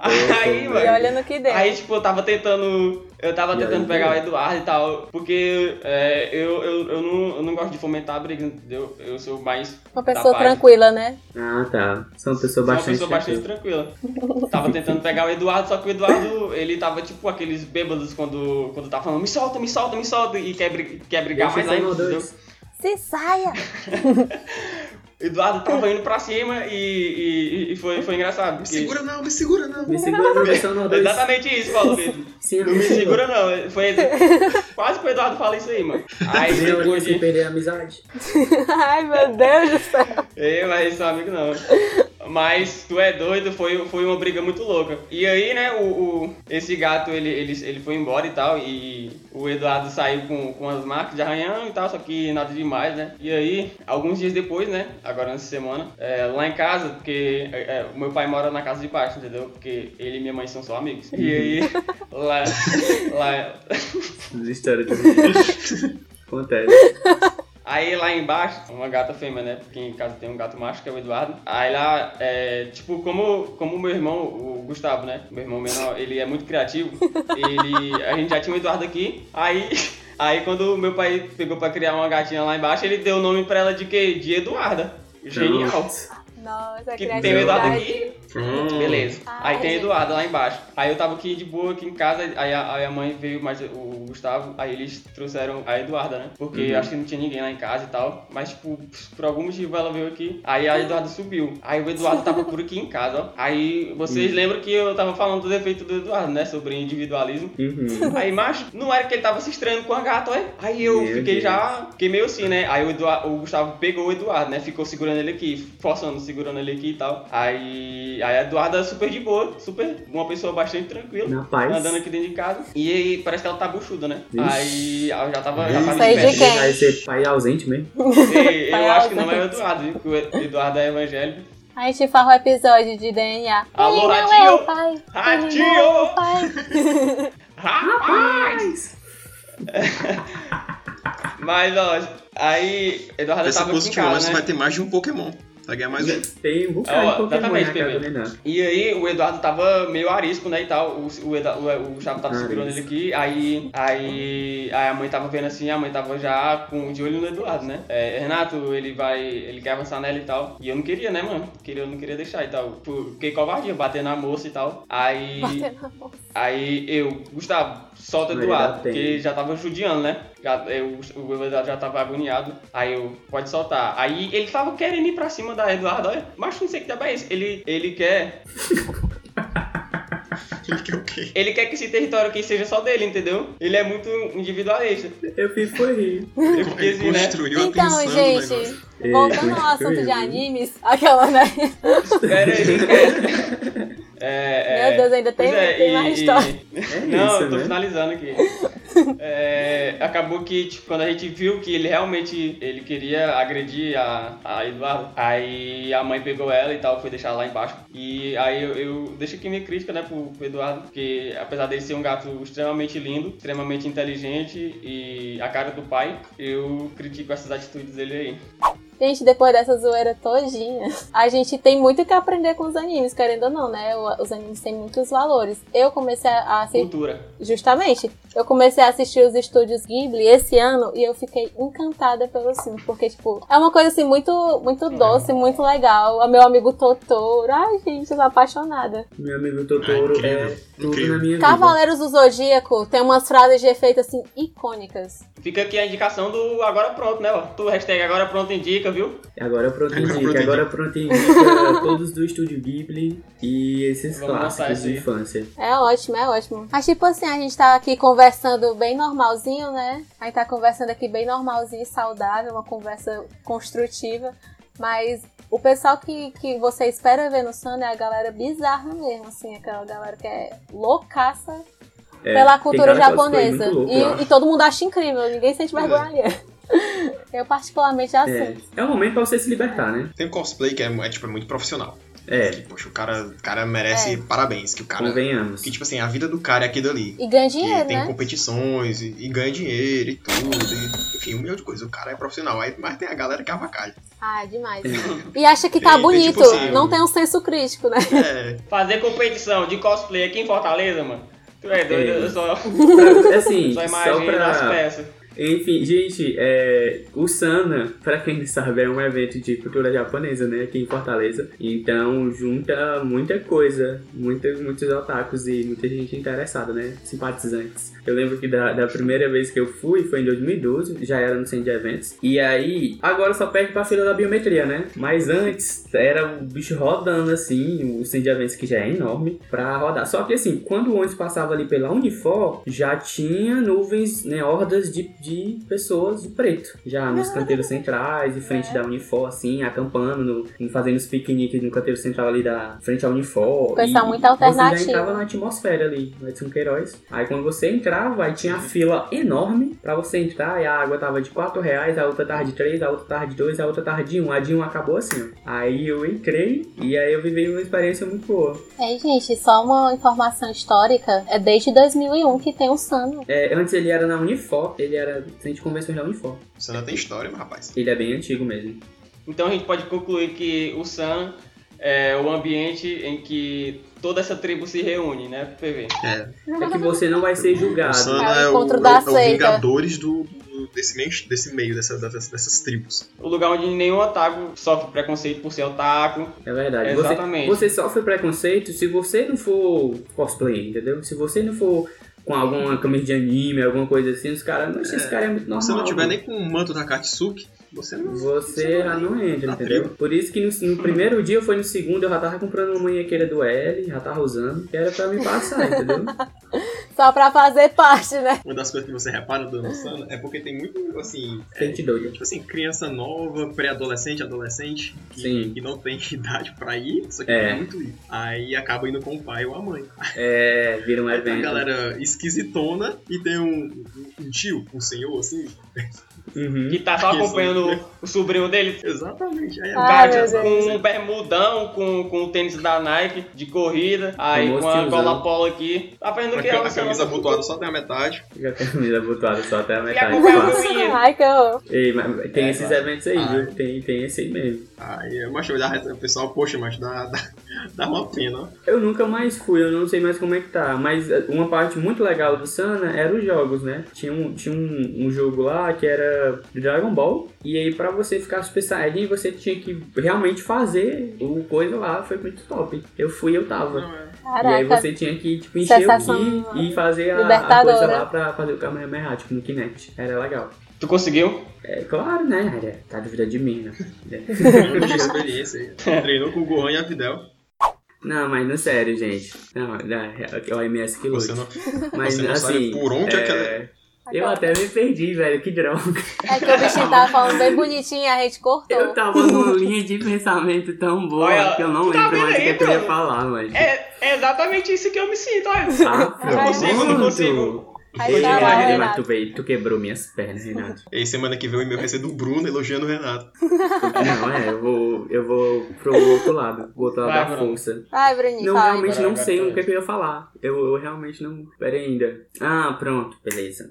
Aí,
velho.
E
mano.
olha no que deu.
Aí, tipo, eu tava tentando. Eu tava
E
tentando
aí,
pegar o
deu?
Eduardo e tal, porque é, eu, eu, eu, não, eu não gosto de fomentar a briga, entendeu? Eu sou mais.
Uma pessoa
da paz.
tranquila, né?
Ah, tá. Sou uma pessoa
Sou uma
bastante.
pessoa bastante
tranquila.
tranquila. Tava tentando pegar o Eduardo, só que o Eduardo, ele tava tipo aqueles bêbados quando, quando tá falando, me solta, me solta, me solta, e quer, bri- quer brigar mais
Deixa eu
ainda,
só um ou
entendeu?
dois.
Se saia!
Eduardo tava indo pra cima e, e, e foi, foi engraçado.
Me
porque-
segura não, me segura não.
Me segura, não, deixa eu não dois.
Exatamente isso, Paulo Pedro.
Sim,
Não me segura não, foi quase que o Eduardo fala isso aí, mano. Aí
Meu
depois
Deus,
de-
sem perder a amizade.
Ai, meu Deus do céu.
É, mas seu amigo não. Mas tu é doido, foi, foi uma briga muito louca. E aí, né, o, o- esse gato ele, ele, ele foi embora e tal. E o Eduardo saiu com, com as marcas de arranhão e tal, só que nada demais, né? E aí, alguns dias depois, né, agora nessa semana, é, lá em casa, porque é, é, o meu pai mora na casa de baixo, entendeu? Porque ele e minha mãe são só amigos. E aí, lá. lá
As histórias do Acontece.
Aí lá embaixo, uma gata fêmea, né? Porque em casa tem um gato macho, que é o Eduardo. Aí lá, é, tipo, como como o meu irmão, o Gustavo, né? Meu irmão menor, ele é muito criativo. Ele, a gente já tinha o Eduardo aqui. Aí, aí quando o meu pai pegou pra criar uma gatinha lá embaixo, ele deu o nome pra ela de quê? De Eduarda. Genial.
Pronto.
Nossa,
Que tem o
criatividade.
Eduardo aqui,
Pronto.
beleza.
Ai,
Aí tem o
gente.
Eduardo lá embaixo. Aí eu tava aqui de boa, aqui em casa, aí a, aí a mãe veio mais o Gustavo, aí eles trouxeram a Eduarda, né? Porque
Uhum.
acho que não tinha ninguém lá em casa e tal. Mas, tipo, por algum motivo ela veio aqui. Aí a Eduarda subiu. Aí o Eduardo tava por aqui em casa, ó. Aí vocês lembram que eu tava falando do defeito do Eduardo, né? Sobre individualismo.
Uhum.
Aí, macho, não era que ele tava se estranhando com a gata, olha. Aí eu
Meu
fiquei
Deus.
já, fiquei meio assim, né? Aí o, Eduardo, o Gustavo pegou o Eduardo, né? Ficou segurando ele aqui, forçando, segurando ele aqui e tal. Aí aí a Eduarda é super de boa, super uma pessoa bastante tranquila.
Na paz.
Andando aqui dentro de casa. E aí parece que ela tá buchuda, né?
Ixi.
Aí ela já tava. Já tava
Sei de
esperta.
quem.
Vai ser pai ausente mesmo.
E Eu acho que não é o
Pai,
Eduardo, viu? Porque o Eduardo é evangélico.
A gente faz um episódio de DNA.
Alô,
Ele não
Ratinho!
é o pai. ele
Ratinho!
não é o pai.
Rapaz! Mas, ó, aí Eduardo
Essa
tava aqui em
Positive Ones
casa, né?
vai ter mais de um Pokémon. Vai ganhar mais um.
Tem um
Ó,
bocado de Pokémon
exatamente,
na casa né,
Pedro.
do Renato.
E aí o Eduardo tava meio arisco, né, e tal. O, o, Eda- o, o Chapa tava segurando ele aqui, aí, aí, aí a mãe tava vendo assim, a mãe tava já com de olho no Eduardo, né? É, Renato, ele vai. ele quer avançar nela e tal. E eu não queria, né, mano? Queria, eu não queria deixar e tal. Tipo, Fiquei covardia, bater na moça e tal. Aí. Aí eu, Gustavo, solta o
Aí
Eduardo,
dá tempo.
porque já tava judiando, né? Já, eu, o Eduardo já tava agoniado. Aí eu, pode soltar. Aí ele tava querendo ir pra cima da Eduardo, olha, mas não sei que diabo é isso. Ele, ele quer.
Ele quer o quê?
Ele quer que esse território aqui seja só dele, entendeu? Ele é muito individualista.
Eu fico por rir.
Eu fiquei
Ele
assim, né?
construiu a
Então,
tensão do negócio.
gente,
Ei,
voltando ao
muito
assunto de
perigo.
animes, aquela, né?
Pera aí. É, é,
Meu Deus, ainda tem,
pois é,
tem
e-
mais
e-
história.
É
Não, eu
isso,
tô
né?
finalizando aqui. É, acabou que, tipo, quando a gente viu que ele realmente ele queria agredir a, a Eduardo, aí a mãe pegou ela e tal, foi deixar ela lá embaixo. E aí eu, eu deixo aqui minha crítica, né, pro, pro Eduardo, porque apesar dele ser um gato extremamente lindo, extremamente inteligente e a cara do pai, eu critico essas atitudes dele aí.
Gente, depois dessa zoeira todinha, a gente tem muito o que aprender com os animes, querendo ou não, né? O- Os animes têm muitos valores. Eu comecei a assistir,
Cultura.
justamente, eu comecei a assistir os estúdios Ghibli esse ano e eu fiquei encantada pelo filme, porque, tipo, é uma coisa assim muito, muito doce,
Uhum.
muito legal. O meu amigo Totoro, ai, gente, eu sou apaixonada.
Meu amigo Totoro
Ah, incrível,
é tudo
incrível.
na minha vida.
Cavaleiros do Zodíaco tem umas frases de efeito assim icônicas.
Fica aqui a indicação do Agora Pronto, né, ó. Tu, hashtag Agora Pronto indica, viu?
Agora pronto
Agora
indica,
pronto
agora pronto indica todos do estúdio Ghibli e esses
Vamos lançar
clássicos
esse aí.
de infância.
É ótimo, é ótimo. Mas tipo assim, a gente tá aqui conversando bem normalzinho, né? A gente tá conversando aqui bem normalzinho e saudável, uma conversa construtiva. Mas o pessoal que, que você espera ver no Sun é a galera bizarra mesmo, assim, aquela galera que é loucaça
É,
pela
tem
cultura
cada cosplay
japonesa.
muito louco, eu acho.
e, e todo mundo acha incrível, ninguém sente vergonha alheia. Eu particularmente já
É,
sinto.
é um momento pra você se libertar, né?
Tem um cosplay que é, é, tipo, é muito profissional. Que,
É,
poxa, o cara, o cara merece
É.
parabéns. Que o cara.
convenhamos.
Que, tipo assim, a vida do cara é aquilo ali.
E ganha
Que
dinheiro,
tem
né?
competições e, e ganha dinheiro e tudo. e, enfim, um milhão de coisas. O cara é profissional. Aí, mas tem a galera que é avacalha.
Ah, demais. E acha que tá
E- e, tipo
bonito,
assim,
não
o-
tem um senso crítico, né?
É,
Fazer competição de cosplay aqui em Fortaleza, mano. Tu é doido,
É.
eu só,
Assim,
só
só,
imagino as
pra...
peças.
Enfim, gente, é, o Sana, pra quem não sabe, é um evento de cultura japonesa, né? Aqui em Fortaleza. Então, junta muita coisa. Muita, muitos otakus e muita gente interessada, né? Simpatizantes. Eu lembro que da, da primeira vez que eu fui, foi em 2012. Já era no centro de eventos. E aí, agora só perde pra fila da biometria, né? Mas antes, era o bicho rodando, assim, o centro de eventos que já é enorme, pra rodar. Só que, assim, quando o ônibus passava ali pela Unifor, já tinha nuvens, né, hordas de, de pessoas de preto. Já nos canteiros centrais, de frente da Unifor, assim, acampando, no- fazendo os piqueniques no canteiro central ali da frente à Unifor.
Pessoal
E
muito
Você
alternativo.
já entrava na atmosfera ali, no Edson Queiroz. Aí quando você entrava, aí tinha a fila enorme pra você entrar, e a água tava de 4 reais, a outra tava de 3, a outra tava de 2, a outra tava de 1. A de 1 acabou assim, ó. Aí eu entrei, e aí eu vivi uma experiência muito boa.
É, gente, só uma informação histórica. É desde 2001 que tem o Sano.
É, antes ele era na Unifor, ele era centro de convenções da Unifor.
você não tem história, meu rapaz.
Ele é bem antigo mesmo.
Então a gente pode concluir que o San é o ambiente em que toda essa tribo se reúne, né, PV?
É que você não vai ser
O
julgado.
Sana
É o
é, o,
encontro
é o-
da
é o
seita.
Vingadores do, do- desse meio, desse meio dessa- dessas, dessas tribos.
O lugar onde nenhum otaku sofre preconceito por ser otaku.
É verdade. Você,
Exatamente.
você sofre preconceito se você não for cosplay, entendeu? Se você não for com alguma camisa de anime, alguma coisa assim, os caras, mas esse cara é muito normal.
Se não tiver
né?"
nem com o manto da Katsuki, Você não.
Você já não entra,
Na
entendeu? Por isso que no, no primeiro dia, foi no segundo, eu já tava comprando uma manhequeira do L, já tava usando, que era pra me passar, entendeu?
Só pra fazer parte, né?
Uma das coisas que você repara do Nossana é porque tem muito, assim. é,
Gente doida.
Tipo assim, criança nova, pré-adolescente, adolescente, que,
Sim.
que não tem idade pra ir, só que
É.
quer muito ir. Aí acaba indo com o pai ou a mãe.
É, vira um
Aí tem uma
evento.
galera esquisitona e tem um, um- um tio, um senhor, assim.
Uhum.
Que tá só
Isso.
acompanhando o sobrinho dele.
Exatamente. Aí é
Ah,
Cara,
meu Deus.
com um bermudão, com, com o tênis da Nike de corrida, aí
Famoso
com a
tiozão.
gola polo aqui. Tá aprendendo
a,
o que
ca-
é
a camisa abotoada só tem a metade.
Já tem a camisa abotoada só até a metade.
acompanha
Fácil.
Sim.
Ai, que horror.
Ei, mas tem
É,
esses
vai.
eventos aí,
Ah.
viu? Tem, tem esse aí mesmo.
Aí eu macho olhar o pessoal, poxa, mas dá, dá, dá uma pena. ó.
Eu nunca mais fui, eu não sei mais como é que tá. Mas eh, uma parte muito legal do Sana era os jogos, né? Tinha um, tinha um, um jogo lá que era do Dragon Ball. E aí, pra você ficar Super Saiyajin, você tinha que realmente fazer o coisa lá. Foi muito top. Eu fui, eu tava.
Não, é.
E aí
Caraca.
você tinha que tipo, encher o
Sensação
Ki e fazer a, a
libertadora.
coisa lá pra fazer o Kamehameha, tipo no Kinect. Era legal.
Tu conseguiu?
É claro, né? Área? Tá dúvida de mim, né?
Anos de experiência aí. é. Treinou com o Gohan e a Videl.
Não, mas no sério, gente. Não, é o MS que
Você
luta.
não,
Mas
você não
assim.
sabe por onde é que ela-
Eu até me perdi, velho. Que droga.
É que o bichinho tava falando bem bonitinho, a gente cortou.
Eu tava numa linha de pensamento tão boa
Olha,
que eu não
tá
lembro
vendo
mais o que
aí,
eu queria
Bruno?
falar, mas.
É, é exatamente isso que eu me sinto, olha.
Ah,
Não consigo,
não
pronto.
consigo.
Aí
Ei,
tá lá,
Renato,
Renato.
tu, veio, tu quebrou minhas pernas, Renato.
E aí semana que vem o e-mail vai ser do Bruno elogiando o Renato.
Não, é, eu vou, eu vou pro outro lado, o outro lado
Vai,
da
Bruno.
força.
Ai, Bruninho,
Não,
fala.
realmente
Bora,
não sei
gata.
o que, é que eu ia falar. Eu, eu realmente não. Pera aí ainda. Ah, pronto, beleza.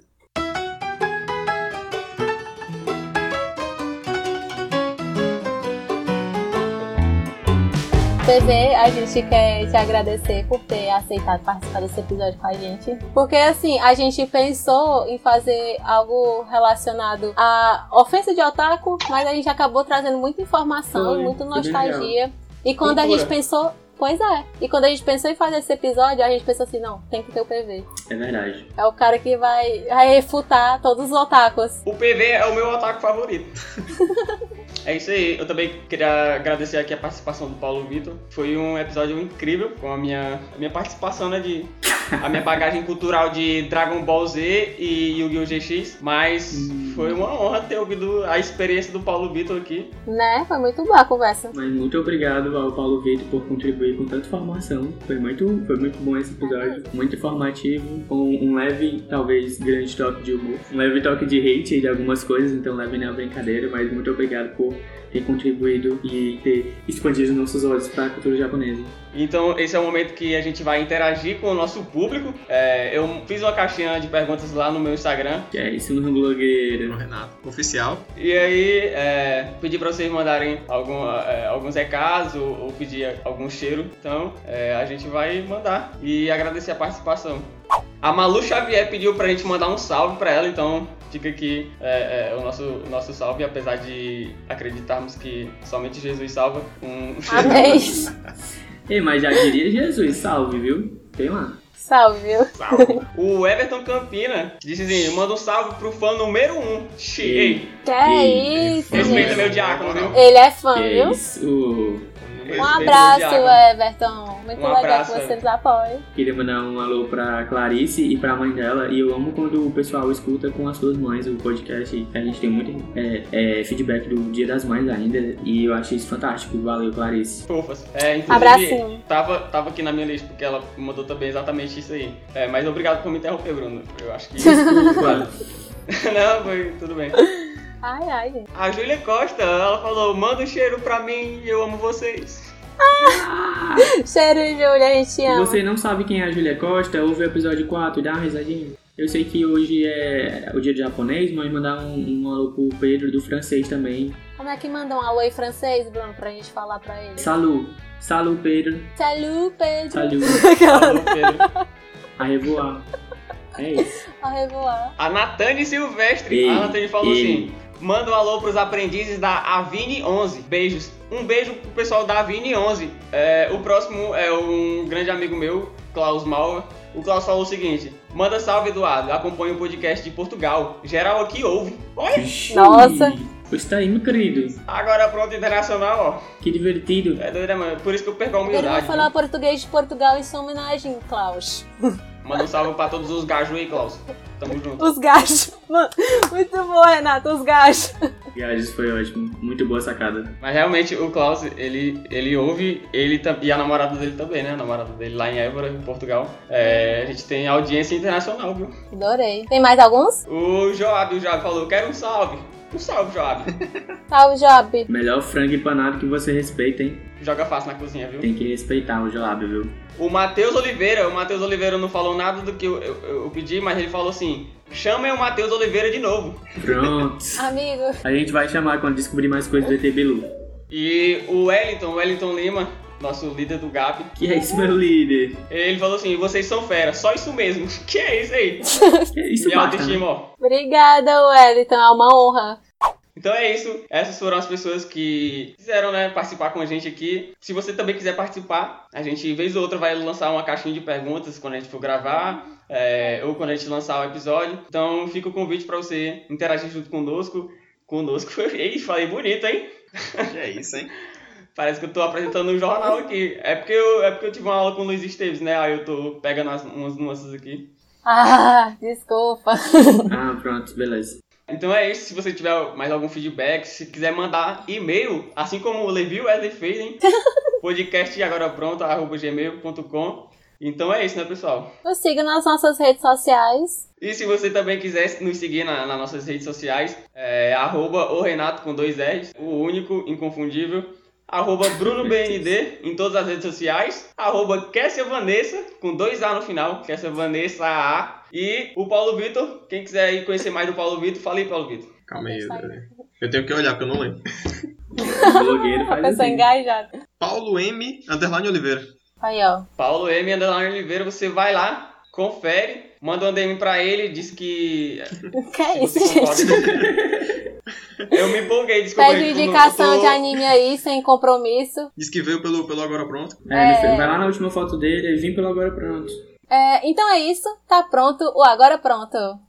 TV, a gente quer te agradecer por ter aceitado participar desse episódio com a gente. Porque, assim, a gente pensou em fazer algo relacionado à ofensa de otaku, mas a gente acabou trazendo muita informação,
Foi,
muita
foi
nostalgia. E quando a
Cultura.
gente pensou. Pois é. E quando a gente pensou em fazer esse episódio, a gente pensou assim: não, tem que ter o PV.
É verdade.
É o cara que vai, vai refutar todos os otakus.
O PV é o meu ataque favorito. É isso aí, eu também queria agradecer aqui a participação do Paulo Vitor. Foi um episódio incrível com a minha, a minha participação, né? De, a minha bagagem cultural de Dragon Ball Z e Yu-Gi-Oh! GX. Mas foi uma honra ter ouvido a experiência do Paulo Vitor aqui.
Né? Foi muito boa a conversa.
Mas muito obrigado ao Paulo Vieto por contribuir com tanta informação. Foi muito, foi muito bom esse episódio, muito informativo, com um leve, talvez grande toque de humor, um leve toque de hate de algumas coisas, então levem na brincadeira, mas muito obrigado por ter contribuído e ter expandido nossos olhos para a cultura japonesa.
Então, esse é o momento que a gente vai interagir com o nosso público. É, eu fiz uma caixinha de perguntas lá no meu Instagram.
Que é isso no blogueiro.
O Renato. Oficial.
E aí, é, pedi pra vocês mandarem algum, é, alguns recados ou, ou pedir algum cheiro. Então, é, a gente vai mandar e agradecer a participação. A Malu Xavier pediu pra gente mandar um salve pra ela, então fica aqui é, é, o nosso, o nosso salve, apesar de acreditarmos que somente Jesus salva. Um...
Amém.
Ei, mas já diria Jesus, salve, viu? Tem lá.
Salve, viu?
o Everton Campina disse assim: manda um salve pro fã número 1. Um. Cheguei.
Que é
Ih,
isso,
Respeita
gente.
meu diácono, viu?
Ele é fã,
Que
viu?
isso.
Um
Respeita meu
abraço,
diácono.
Everton. Muito
Um
legal
abraço,
que você
Everton.
nos apoie.
Queria mandar um alô pra Clarice e pra mãe dela. E eu amo quando o pessoal escuta com as suas mães o podcast. A gente tem muito é, é, feedback do Dia das Mães ainda. E eu acho isso fantástico. Valeu, Clarice.
Fofas. É, inclusive,
Abracinho.
Tava, tava aqui na minha lista porque ela mandou também exatamente isso aí. É, mas obrigado por me interromper, Bruno. Eu acho que.
Desculpa.
Não, foi tudo bem.
Ai, ai, gente.
A Júlia Costa, ela falou: manda um cheiro pra mim, eu amo vocês.
Cheiro, Júlia, a gente te
Se
ama.
você não sabe quem é a Júlia Costa, ouve o episódio 4 e dá uma risadinha. Eu sei que hoje é o dia do japonês, mas mandar um, um alô pro Pedro do francês também.
Como é que manda um alô em francês, Bruno, pra gente falar pra ele?
Salut. Salut, Pedro.
Salut, Pedro.
Salut.
Falou, Pedro.
A revoar. É isso.
Au revoir.
A Natane Silvestre,
Ei,
a Natane falou
ei.
assim: manda um alô pros aprendizes da Avine 11. Beijos. Um beijo pro pessoal da Avine 11. É, o próximo é um grande amigo meu, Klaus Mauer. O Klaus falou o seguinte: manda salve, Eduardo. Acompanha o podcast de Portugal. Geral aqui ouve. Olha!
Nossa.
tá
Está aí, meu querido.
Agora pronto, internacional,
Que
ó.
divertido.
É doido, né, mano? Por isso que eu perco a
Ele vai
humildade.
falar português de Portugal em sua homenagem, Klaus.
mano. Manda um salve pra todos os gajos aí, Klaus. Tamo junto.
Os gajos. Mano, muito bom, Renato, os gajos.
Viagens foi ótimo. Muito boa sacada.
Mas realmente o Klaus, ele, ele ouve, ele tam- e a namorada dele também, né? A namorada dele lá em Évora, em Portugal. É, a gente tem audiência internacional, viu?
Adorei. Tem mais alguns?
O Joab, o Joab falou, quero um salve. Um salve, Joab.
Salve, Tá, Job.
Melhor frango empanado que você respeita, hein?
Joga fácil na cozinha, viu?
Tem que respeitar o gelado, viu?
O Matheus Oliveira, o Matheus Oliveira não falou nada do que eu, eu- eu pedi, mas ele falou assim: chamem o Matheus Oliveira de novo.
Pronto.
Amigo.
A gente vai chamar quando descobrir mais coisas do ET Bilu.
E o Wellington, o Wellington Lima, nosso líder do GAP,
Que é isso, meu líder?
ele falou assim: vocês são fera, só isso mesmo. Que é isso aí?
Que é isso,
Minha
basta, né?
autoestima, ó.
Obrigada, Wellington. É uma honra.
Então é isso. Essas foram as pessoas que quiseram, né, participar com a gente aqui. Se você também quiser participar, a gente, vez ou outra, vai lançar uma caixinha de perguntas quando a gente for gravar. é, ou quando a gente lançar o episódio. Então fica o convite para você interagir junto conosco. Conosco. Ei, falei bonito, hein?
É isso, hein?
Parece que eu tô apresentando um jornal aqui. É porque eu, é porque eu tive uma aula com o Luiz Esteves, né? Aí eu tô pegando as- umas nuances aqui.
Ah, desculpa.
Ah, pronto, beleza.
Então é isso. Se você tiver mais algum feedback, se quiser mandar e-mail, assim como o Levi Wesley fez, hein? Podcast agora pronto, arroba gmail.com. Então é isso, né, pessoal?
Nos siga nas nossas redes sociais.
E se você também quiser nos seguir na- nas nossas redes sociais, é arroba o Renato com dois R's, o único, inconfundível. Arroba BrunoBND em todas as redes sociais. Arroba Kessia Vanessa, com dois A no final. Kessia Vanessa A. E o Paulo Vitor. Quem quiser aí conhecer mais do Paulo Vitor, fala aí, Paulo Vitor.
Calma aí.
Está aí.
eu- Eu tenho que olhar, porque eu não lembro.
O blogueiro
A
faz
pessoa
assim.
engajada.
Paulo M. Underline Oliveira.
Aí, ó.
Paulo M. Underline Oliveira, você vai lá, confere, manda um DM pra ele, diz que.
Que é isso,
você
gente?
concorda. Eu me empolguei, desculpa.
Pede
eu não- eu
indicação
tô-
de anime aí, sem compromisso.
Diz que veio pelo, pelo Agora Pronto.
É, ele
É.
foi- vai lá na última foto dele e vim pelo agora pronto.
É, então é isso. Tá pronto. O Agora Pronto.